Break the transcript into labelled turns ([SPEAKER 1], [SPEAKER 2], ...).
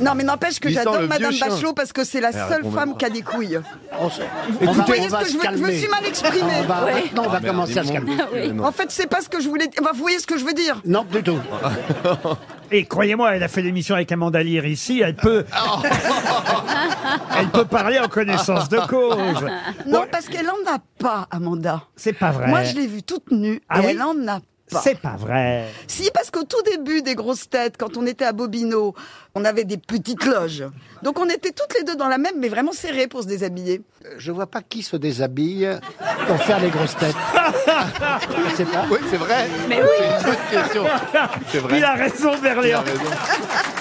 [SPEAKER 1] Non, mais n'empêche que
[SPEAKER 2] Il sent
[SPEAKER 1] j'adore
[SPEAKER 2] le
[SPEAKER 1] Madame
[SPEAKER 2] vieux chien.
[SPEAKER 1] Bachelot parce que c'est la
[SPEAKER 2] Elle
[SPEAKER 1] seule
[SPEAKER 2] répond
[SPEAKER 1] femme
[SPEAKER 2] même
[SPEAKER 1] qui a des couilles.
[SPEAKER 3] On se-
[SPEAKER 1] Vous
[SPEAKER 3] on va-
[SPEAKER 1] voyez
[SPEAKER 3] on
[SPEAKER 1] ce
[SPEAKER 3] va
[SPEAKER 1] que
[SPEAKER 3] se
[SPEAKER 1] je veux- je me
[SPEAKER 3] calmer. Ah,
[SPEAKER 1] suis mal exprimée.
[SPEAKER 3] On va-
[SPEAKER 1] Oui.
[SPEAKER 3] Maintenant, on va commencer à se calmer.
[SPEAKER 4] Ah
[SPEAKER 1] En fait, c'est pas ce que je voulais dire. Bah, vous voyez ce que je veux dire
[SPEAKER 3] Non, du tout.
[SPEAKER 4] Et croyez-moi, elle a fait l'émission avec Amanda Lear ici, elle peut... elle peut parler en connaissance de cause.
[SPEAKER 1] Non,
[SPEAKER 4] Ouais,
[SPEAKER 1] parce qu'elle en a pas, Amanda.
[SPEAKER 4] C'est pas vrai.
[SPEAKER 1] Moi, je l'ai vue toute nue
[SPEAKER 4] Ah
[SPEAKER 1] et
[SPEAKER 4] oui
[SPEAKER 1] elle en a pas.
[SPEAKER 4] C'est pas vrai.
[SPEAKER 1] Si, parce qu'au tout début des grosses têtes, quand on était à Bobino, on avait des petites loges. Donc on était toutes les deux dans la même, mais vraiment serrées pour se déshabiller.
[SPEAKER 3] Je vois pas qui se déshabille pour faire les grosses têtes. Je sais pas.
[SPEAKER 2] Oui, c'est vrai. Mais oui. C'est une bonne question. C'est vrai.
[SPEAKER 4] Il a raison,
[SPEAKER 2] Il a
[SPEAKER 4] Berléand.
[SPEAKER 2] raison.